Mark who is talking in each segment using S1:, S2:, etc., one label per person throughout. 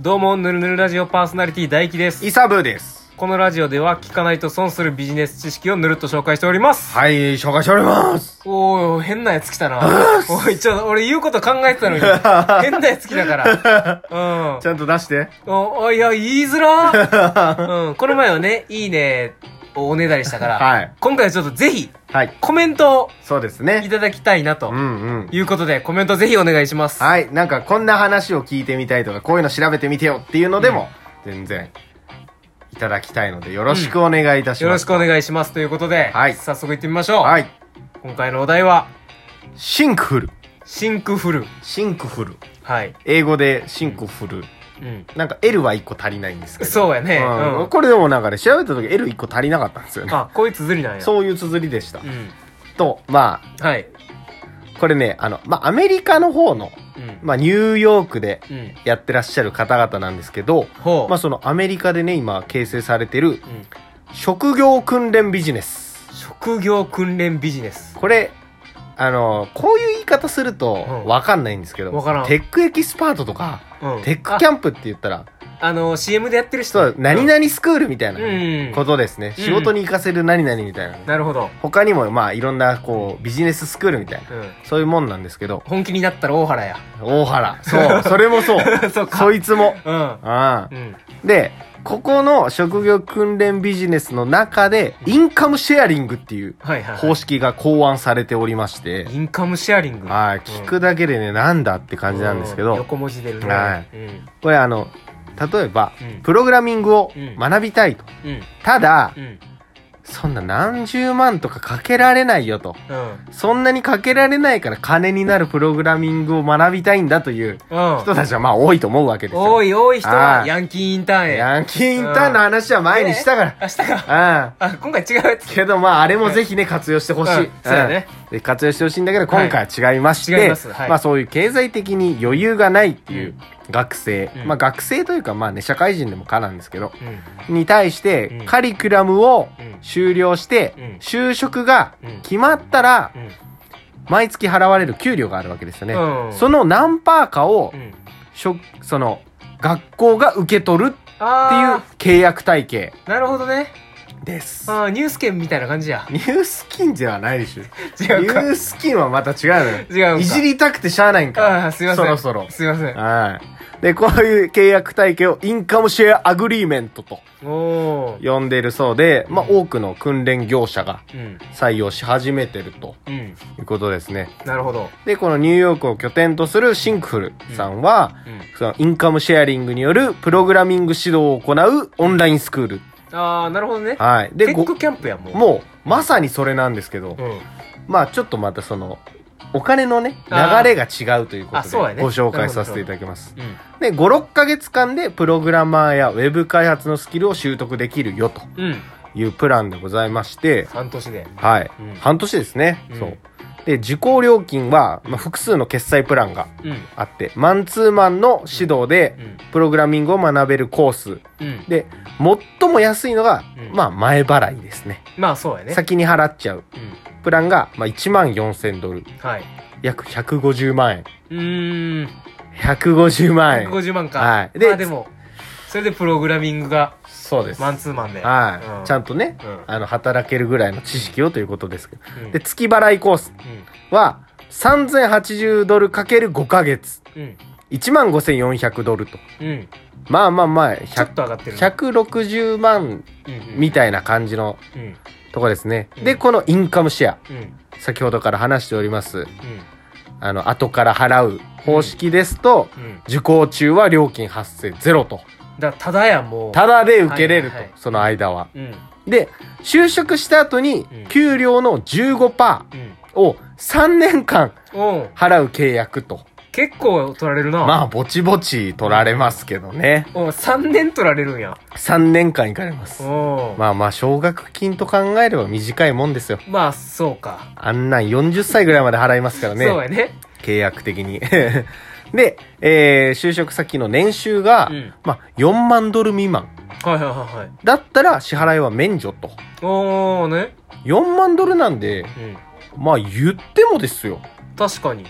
S1: どうも、ぬるぬるラジオパーソナリティ大輝です。
S2: イサブーです。
S1: このラジオでは聞かないと損するビジネス知識をぬるっと紹介しております。
S2: はい、紹介しており ます。
S1: おー、変なやつ来たな。おい、ちょ、俺言うこと考えてた のに。変なやつ来たから。
S2: ちゃんと出 して。
S1: うん。お、あいや、言いづらうん。この前はね、いいねをおねだりしたから。
S2: はい
S1: 今回はちょっとぜひ、
S2: はい。
S1: コメントを
S2: そうです
S1: い
S2: ね。
S1: ただきたいなと
S2: う。んうん。
S1: いうことで、コメントぜひお願いします。
S2: はい。なんか、こんな話を聞いてみたいとか、こういうの調べてみてよっていうのでも、全然、いただきたいので、よろしくお願いいたします。
S1: よろしくお願いします。ということで、
S2: はい
S1: 早速行ってみましょう。
S2: はい。
S1: 今回のお題は、
S2: シンクフル。
S1: シンクフル。
S2: シンクフル。
S1: はい。
S2: 英語でシンクフル。
S1: うん。
S2: なんか、L は1個足りないんですけど。
S1: そうやね
S2: ん
S1: うん
S2: これでもなんかね、調べた時 L1 個足りなかったんですよね。
S1: あ、こういう綴りなんや。う。
S2: そういう綴りでした。
S1: ん。
S2: と、まあ、
S1: はい。
S2: これね、あの、まあ、アメリカの方の、
S1: うん。
S2: まあ、ニューヨークで
S1: うん。
S2: やってらっしゃる方々なんですけど、
S1: ほう。
S2: まあ、そのアメリカでね、今形成されてる
S1: うん。
S2: 職業訓練ビジネス。
S1: 職業訓練ビジネス。
S2: これ、あの、こういう言い方する
S1: うん
S2: とわかんないんですけど、
S1: わからん
S2: テックエキスパートとか、
S1: うん
S2: テックキャンプって言ったら、
S1: あの、CM でやってる人。
S2: そう、何々スクールみたい
S1: うん
S2: なことですね。
S1: うん
S2: 仕事に行かせる何々みたいな。
S1: なるほど。
S2: 他にも、まあ、いろんな、こう、ビジネススクールみたいな。
S1: うん。
S2: そういうもんなんですけど、
S1: 本気になったら大原や。
S2: 大原。そう、それもそう。
S1: そう か。
S2: そいつも。
S1: うん。
S2: ああ。
S1: うん。
S2: で、ここの職業訓練ビジネスの中で、インカムシェアリングっていう
S1: はいはい
S2: 方
S1: は
S2: 式が考案されておりまして
S1: い。、インカムシェアリング。
S2: はい、聞くだけでね、なんだって感じなんですけ
S1: う
S2: ど、
S1: 横文字出るね。
S2: は
S1: う
S2: い
S1: ん。
S2: これあの、例えば
S1: うん、
S2: プログラミングを
S1: うん
S2: 学びたいと。
S1: うん。
S2: ただ
S1: う、ん。
S2: そんな何十万とかかけられないよと。
S1: うん。
S2: そんなにかけられないから金になるプログラミングを学びたいんだという
S1: うん。
S2: 人たちはまあ多いと思うわけですよ
S1: 多。い多い人は
S2: はい
S1: ヤンキーインターンへ。
S2: ヤンキーインターンの話は前にしたから。
S1: あ、したか。
S2: うん。
S1: あ、今回違うやつ。
S2: けどまああれもぜひね活用してほしい、
S1: うんそうだね
S2: うんで活用してほしいんだけど今回は違いまして、
S1: はい違いますはい
S2: まあそういう経済的に余裕がないっていう学生、
S1: うん
S2: まあ学生というかまあね社会人でもかなんですけど
S1: うん。
S2: に対して
S1: うん
S2: カリキュラムを
S1: うん
S2: 修了して
S1: うん
S2: 就職が
S1: うん
S2: 決まったら
S1: うん。
S2: 毎月払われる給料があるわけですよね、
S1: うん
S2: その何パーかを
S1: うん。
S2: しょその学校が受け取るっていう
S1: あ
S2: 契約体系
S1: ー。なるほどね。
S2: です
S1: あー、ニュース券みたいな感じや。
S2: ニュースキンじゃないでしょ
S1: 違う
S2: ニ
S1: か。
S2: ュースキンはまた違うのよ。
S1: 違うんか
S2: いじりたくてしゃあないんか。
S1: ああ、すいません。
S2: そろそろ。
S1: すいません。
S2: はい。で、こういう契約体系をインカムシェアアグリーメントと
S1: おー。
S2: 呼んでいるそうで、まあ多くの訓練業者が
S1: うん。
S2: 採用し始めてると
S1: うん。
S2: いうことですね。
S1: なるほど。
S2: で、このニューヨークを拠点とするシンクフルさんは、
S1: うん。
S2: そのインカムシェアリングによるプログラミング指導を行うオンラインスクール。
S1: あー、なるほどね。
S2: はい。
S1: テ
S2: で、
S1: ッ
S2: ご
S1: クキャンプや、もう。
S2: もうまさにそれなんですけど、
S1: うん。
S2: まあちょっとまたその、お金のね、流
S1: あー
S2: れが違うというこ
S1: あ
S2: とで、
S1: そうやね
S2: ご紹介させていただきます。
S1: うん。
S2: で、5、6ヶ月間でプログラマーやウェブ開発のスキルを習得できるよと
S1: うん。
S2: いうプランでございまして、
S1: 半年で。
S2: はい。
S1: うん
S2: 半年ですね、
S1: うん
S2: そう。で、受講料金は、まあ、複数の決済プランが
S1: うん。
S2: あって、マンツーマンの指導で
S1: う、ん。
S2: プログラミングを学べるコース。
S1: うん。
S2: で、最も安いのが、
S1: うん
S2: まあ前払いですね。
S1: まあ、そうやね。
S2: 先に払っちゃう
S1: うん。
S2: プランが、まあ1万4000ドル。
S1: はい。
S2: 約150万円。
S1: うーん。
S2: 150万円。
S1: 150万か。
S2: は
S1: で、
S2: いで
S1: まあでも、それでプログラミングが
S2: そうです。
S1: マ
S2: は
S1: ンツーマンで。
S2: い、
S1: う
S2: ちゃんとね、
S1: うん
S2: あの、働けるぐらいの知識をということですけど。
S1: うん
S2: で、月払いコースは、3080ドルかける5ヶ月。
S1: うん。うん。
S2: 15,400ドルと。
S1: うん。
S2: まあまあまあ、
S1: ちょっ
S2: 100
S1: と上がってる。
S2: 160万
S1: うんうん。
S2: みたいな感じの
S1: うん。うん。
S2: とこですね。
S1: うん
S2: で、このインカムシェア。
S1: うん。
S2: 先ほどから話しております。あの、後から払う方式ですと、
S1: うん。
S2: 受講中は料金発生ゼロと。
S1: だからただや、もう。
S2: ただで受けれる
S1: は
S2: と
S1: いはい。はい
S2: その間は。
S1: うん。
S2: で、就職した後に
S1: うん、
S2: 給料の15%
S1: うん。
S2: を3年間
S1: おう
S2: 払う契約と。
S1: 結構取られるな。
S2: まあ、ぼちぼち取られますけどね。
S1: おう3年取られるんや。
S2: 3年間いかれます。
S1: おうま
S2: まあまあ、奨学金と考えれば短いもんですよ。
S1: あ、そうか。
S2: あんなん40歳ぐらいまで払いますからね。
S1: そうやね。
S2: 契約的に。 で、えー就職先の年収が、
S1: うん
S2: まあ、4万ドル未満。
S1: はいはいはいはい。
S2: だったら支払いは免除と。
S1: おーね。
S2: 4万ドルなんで、
S1: うん。
S2: まあ言ってもですよ。
S1: 確かに。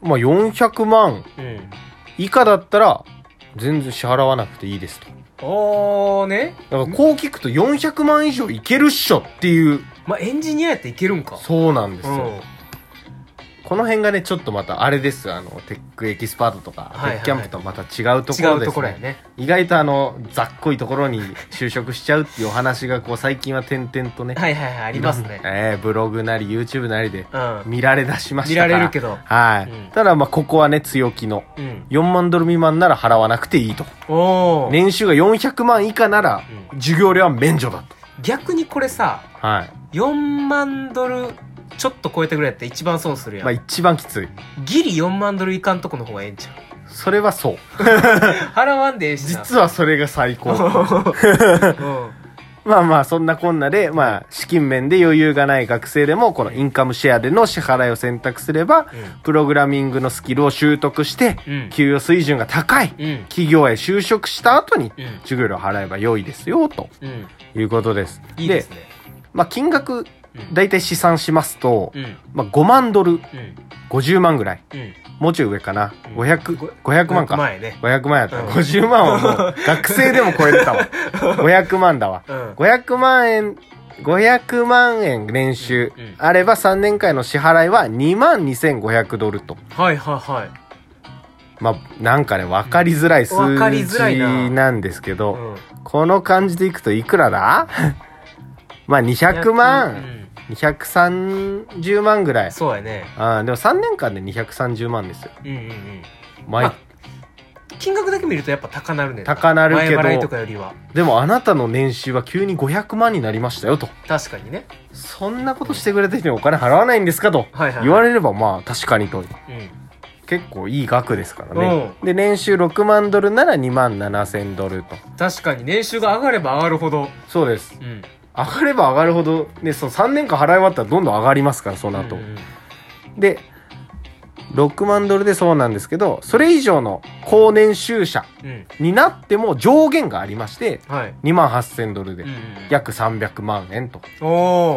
S2: まあ400万
S1: うん。
S2: 以下だったら全然支払わなくていいですと。
S1: おーね。
S2: だからこう聞くと400万以上いけるっしょっていう、
S1: まあ、エンジニアやっていけるんか。
S2: そうなんです
S1: う
S2: よ。
S1: ん。
S2: この辺がね、ちょっとまたあれですよあの、テックエキスパートと
S1: は
S2: か、
S1: いはいはい
S2: テックキャンプとまた違うとこ
S1: 違
S2: ろ
S1: う
S2: です、ね。
S1: ところやね。
S2: 意外とあの、ざっこいところに就職しちゃうっていうお話が、こう、最近は点々とね。
S1: はいはいはい、あ
S2: あ
S1: りますね。
S2: えーブログなり YouTube なりで
S1: うん。
S2: 見られだしまし
S1: 見
S2: たからら。
S1: れるけど。
S2: はい。
S1: うん
S2: ただ、まあ、ここはね、強気の。
S1: うん。
S2: 4万ドル未満なら払わなくていいと。
S1: おー。
S2: 年収が400万以下なら、授業料は免除だと。
S1: 逆にこれさ、
S2: はい。
S1: 4万ドルちょっと超えたぐらいやったら一番損するやん。
S2: まあ、一番きつい。
S1: ギリ4万ドルいかんとこの方がええんちゃう
S2: それはそう。
S1: 払わんでええしな。
S2: 実はそれが最高。
S1: うん。
S2: まあまあ、そんなこんなで、まあ、資金面で余裕がない学生でも、このインカムシェアでの支払いを選択すれば、プログラミングのスキルを習得して
S1: うん、
S2: 給与水準が高い、
S1: うん。
S2: 企業へ就職した後に
S1: うん、
S2: 授業料を払えば良いですよ、と
S1: うん。
S2: いうことです。
S1: いいですね。
S2: まあ、金額、
S1: うん
S2: 大体試算しますと
S1: う、ん。
S2: まあ、5万ドル、
S1: うん。
S2: 50万ぐらい。
S1: うん。
S2: もうちょい上かな。
S1: うん
S2: 500、500万か。
S1: 前ね。
S2: 500万やった
S1: う
S2: ら、
S1: ん
S2: 50万はもう、学生でも超えてた わ。500万だわ。
S1: うん。
S2: 500万円、500万円年収
S1: うんうん
S2: あれば3年間の支払いは2万2500ドルと。
S1: はいはいはい。
S2: まあ、なんかね、分かりづらい数
S1: うんわかりづらいな
S2: 字なんですけど、
S1: うん
S2: この感じでいくといくらだ まあ、200万、230万ぐら
S1: うん
S2: い。
S1: そうやね。
S2: あーでも3年間で230万ですよ。
S1: うんうんうん。
S2: 毎
S1: ま金額だけ見るとやっぱ高なるねん
S2: 高なるけど
S1: 前払いとかよりは
S2: でもあなたの年収は急に500万になりましたよと。
S1: 確かにね
S2: そんなことしてくれた人にお金払わないんですかと
S1: はいはい
S2: 言われればまあ確かにと。
S1: うん
S2: 結構いい額ですからね。で、年収6万ドルなら2万7千ドルと。
S1: 確かに年収が上がれば上がるほど
S2: そうです。
S1: うん
S2: 上がれば上がるほど、ね、その3年間払い終わったらどんどん上がりますから、その後。
S1: うんうん
S2: で、6万ドルでそうなんですけど、それ以上の高年収者
S1: うん
S2: になっても上限がありまして、
S1: はい
S2: 2万8千ドルで
S1: うんう。ん
S2: 約300万円と。
S1: お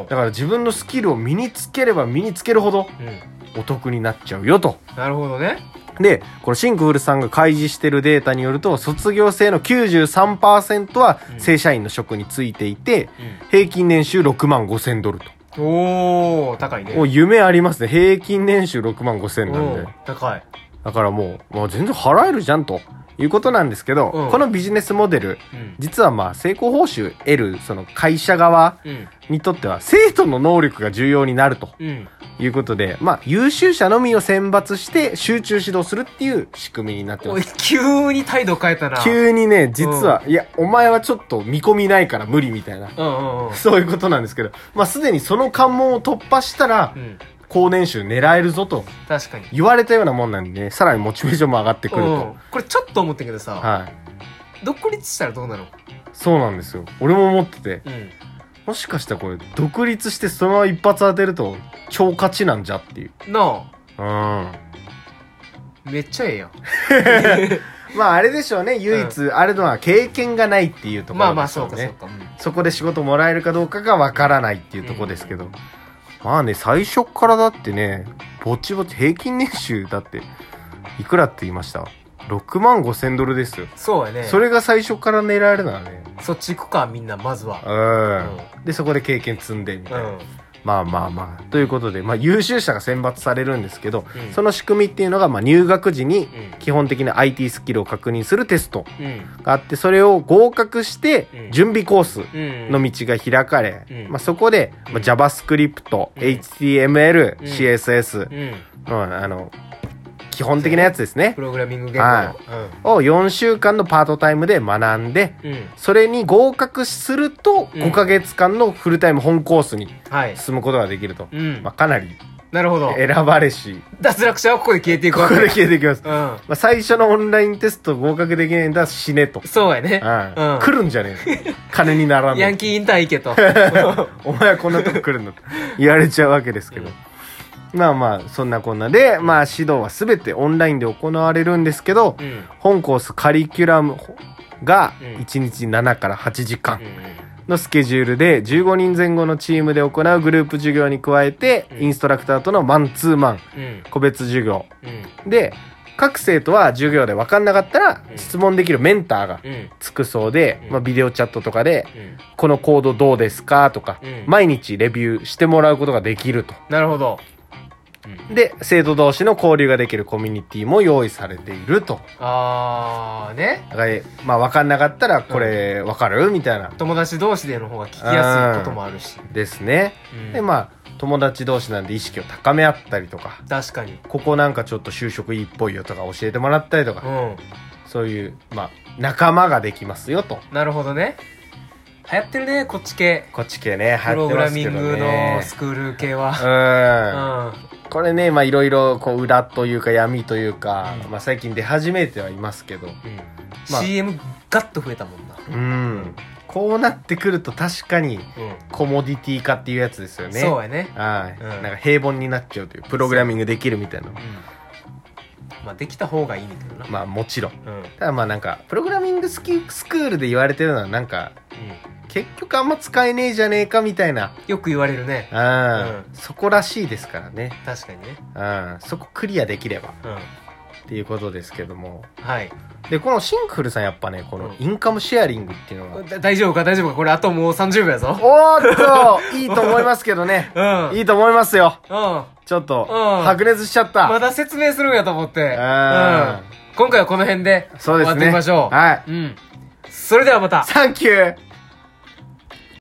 S1: おー
S2: だから自分のスキルを身につければ身につけるほど
S1: うん
S2: お得になっちゃうよと。
S1: なるほどね
S2: で、このシンクフルさんが開示してるデータによると、卒業生の93%は
S1: うん
S2: 正社員の職に就いていて、
S1: う
S2: 平均年収6万5千ドルと。
S1: んおお高いね
S2: お夢ありますね。平均年収6万5千なん
S1: お
S2: で。
S1: ー高い
S2: だからもう、まあ、全然払えるじゃんということなんですけど、
S1: うん
S2: このビジネスモデル、
S1: うん
S2: 実はまあ成功報酬得る、その会社側
S1: うん
S2: にとっては生徒の能力が重要になると
S1: うん
S2: いうことで、まあ優秀者のみを選抜して集中指導するっていう仕組みになってます
S1: おい。急に態度変えたな
S2: 急にね、実は、いや、お前はちょっと見込みないから無理みたいな。
S1: うんうんうん
S2: そういうことなんですけど、まあ、すでにその関門を突破したら
S1: う、ん
S2: 高年収狙えるぞと
S1: 確かに
S2: 言われたようなもんなんでね、さらにモチベーションも上がってくる
S1: う
S2: と
S1: ん。これちょっと思ったけどさ
S2: はい。
S1: 独立したらどうなの
S2: そうなんですよ。俺も思ってて、
S1: うん
S2: もしかしたらこれ、独立してそのまま一発当てると、超勝ちなんじゃっていう。
S1: なあ
S2: うん。ま
S1: めっちゃええやん
S2: あ、あれでしょうね。唯一あるのは経験がないっていうところ
S1: ま
S2: でしょうね。
S1: あまあそうかそうかうん
S2: そこで仕事もらえるかどうかがわからないっていうとこですけど、まあね最初からだってねぼちぼち平均年収だっていくらって言いました6万5千ドルですよ、
S1: そうやね
S2: それが最初から狙えるならね
S1: そっち行くかみんなまずは
S2: うん、でそこで経験積んでみた
S1: う
S2: いな、
S1: ん
S2: まあまあまあということで、まあ、優秀者が選抜されるんですけど、
S1: うん
S2: その仕組みっていうのが、まあ、入学時に
S1: うん
S2: 基本的な IT スキルを確認するテスト
S1: うん
S2: があってそれを合格して
S1: うん
S2: 準備コース、
S1: うん
S2: の道が開かれ、
S1: うん
S2: まあ、そこで、ま
S1: う
S2: あ、
S1: ん
S2: JavaScript、
S1: うん
S2: HTML、
S1: うん
S2: CSS、
S1: うん
S2: うんあの、基本的なやつですね
S1: プ。ログラミング言語の
S2: を4週間のパートタイムで学んで、
S1: うんうん
S2: それに合格すると、
S1: うん
S2: 5ヶ月間のフルタイム本コースに
S1: はい
S2: 進むことができると。
S1: うん
S2: まあ、かなり
S1: なるほど
S2: 選ばれし、
S1: 脱落者はここで消えていく
S2: こ
S1: わ
S2: こ
S1: け
S2: で消えていきます。ま
S1: うん
S2: あ、最初のオンラインテスト合格できないんだら死ねと。
S1: そうやね
S2: うん
S1: うん
S2: 来るんじゃねえの金にならない。
S1: ヤンキー引退行けと
S2: お前はこんなとこ来るんだって言われちゃうわけですけど。まあまあ、そんなこんなで、まあ指導は全てオンラインで行われるんですけど
S1: う、んうん
S2: 本コースカリキュラムが
S1: うん
S2: 1日7から8時
S1: う
S2: 間
S1: ん
S2: のスケジュールで15人前後のチームで行うグループ授業に加えて、
S1: うん
S2: インストラクターとのマンツーマン、
S1: うん
S2: 個別授業
S1: うん
S2: で、各生徒は授業で分かんなかったら
S1: うん
S2: 質問できるメンターが
S1: うん
S2: つくそうで、
S1: うん
S2: まあ、ビデオチャットとかで
S1: うん
S2: 「このコードどうですか?」とか
S1: うん
S2: 毎日レビューしてもらうことができると。
S1: なるほど
S2: で生徒同士の交流ができるコミュニティも用意されていると。
S1: あーね
S2: だからまあ、分かんなかったらこれ分かるみたいな。
S1: 友達同士での方が聞きやすいこともあるし、
S2: ですね。
S1: うん
S2: でまあ友達同士なんで意識を高め合ったりとか
S1: 確かに
S2: ここなんかちょっと就職いいっぽいよとか教えてもらったりと
S1: う
S2: か
S1: ん
S2: そういうまあ仲間ができますよと
S1: なるほどね流行ってるねこっち系
S2: こっち系ね
S1: プ
S2: 流行
S1: ロ
S2: って
S1: グ
S2: ま
S1: ラ
S2: す
S1: ミ
S2: け
S1: ン
S2: ど
S1: グ
S2: ね
S1: のスクール系は
S2: うん
S1: う
S2: これねまあいろいろこう裏というか闇というか、
S1: うん
S2: まあ、最近出始めてはいますけど
S1: ん、うん
S2: まあ
S1: CM ガッと増えたもんな
S2: うんこうなってくると確かに
S1: う
S2: コモディティ化っていうやつですよ
S1: ん
S2: ね
S1: そうやね
S2: はい、
S1: うん
S2: なんか平凡になっちゃうというプログラミングできるみたいなの
S1: まあできた方がいいんだけどな、
S2: まあもちろん
S1: うんうん
S2: ただまあなんかプログラミングスキスクールで言われてるのはなんか結局あんま使えねえじゃねえかみたいな
S1: よく言われるね
S2: うん、
S1: う
S2: そこらしいですからね、
S1: 確かにね
S2: うん、そこクリアできれば
S1: うん
S2: っていうことですけども
S1: はい
S2: でこのシンクフルさんやっぱねこのインカムシェアリングっていうのが、
S1: だ大丈夫か大丈夫かこれあともう30秒やぞ
S2: おーっといいと思いますけどね
S1: うん
S2: いいと思いますよ
S1: うん
S2: ちょっと、
S1: うん
S2: 白熱しちゃった、
S1: まだ説明するんやと思ってうん
S2: ん
S1: 今回はこの辺で
S2: そ
S1: 終
S2: うです
S1: わっ
S2: ね
S1: てみましょう
S2: はい
S1: うんそれではまた
S2: サンキュー